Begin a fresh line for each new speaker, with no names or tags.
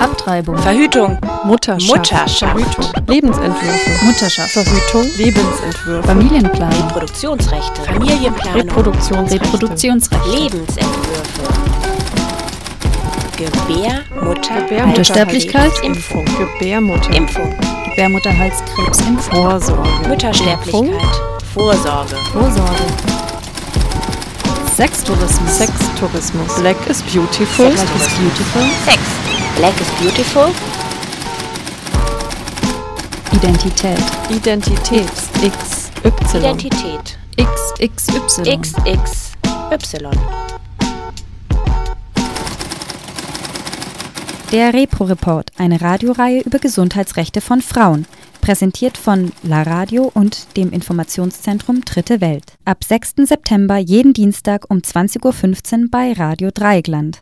Abtreibung,
Verhütung,
Mutterschaft,
Mutterschaft.
Verhütung, Lebensentwürfe,
Mutterschaft,
Verhütung, Lebensentwürfe,
Familienplanung,
Produktionsrechte, Familienplanung,
Reproduktions,
Reproduktionsrecht,
Lebensentwürfe, Gebärmutter,
Muttersterblichkeit,
Impfung,
Gebärmutter,
Impfung,
Gebärmutterhalskrebs, Impfung,
Vorsorge,
Müttersterblichkeit, Vorsorge,
Vorsorge, Sextourismus,
Sextourismus, Black is beautiful,
Black is beautiful,
Sex, Black is beautiful,
Identität,
Identität, X, Y,
Identität,
Genau.
XXY,
XXY,
Der Repro-Report, eine Radioreihe über Gesundheitsrechte von Frauen, präsentiert von La Radio und dem Informationszentrum Dritte Welt. Ab 6. September jeden Dienstag um 20.15 Uhr bei Radio Dreigland.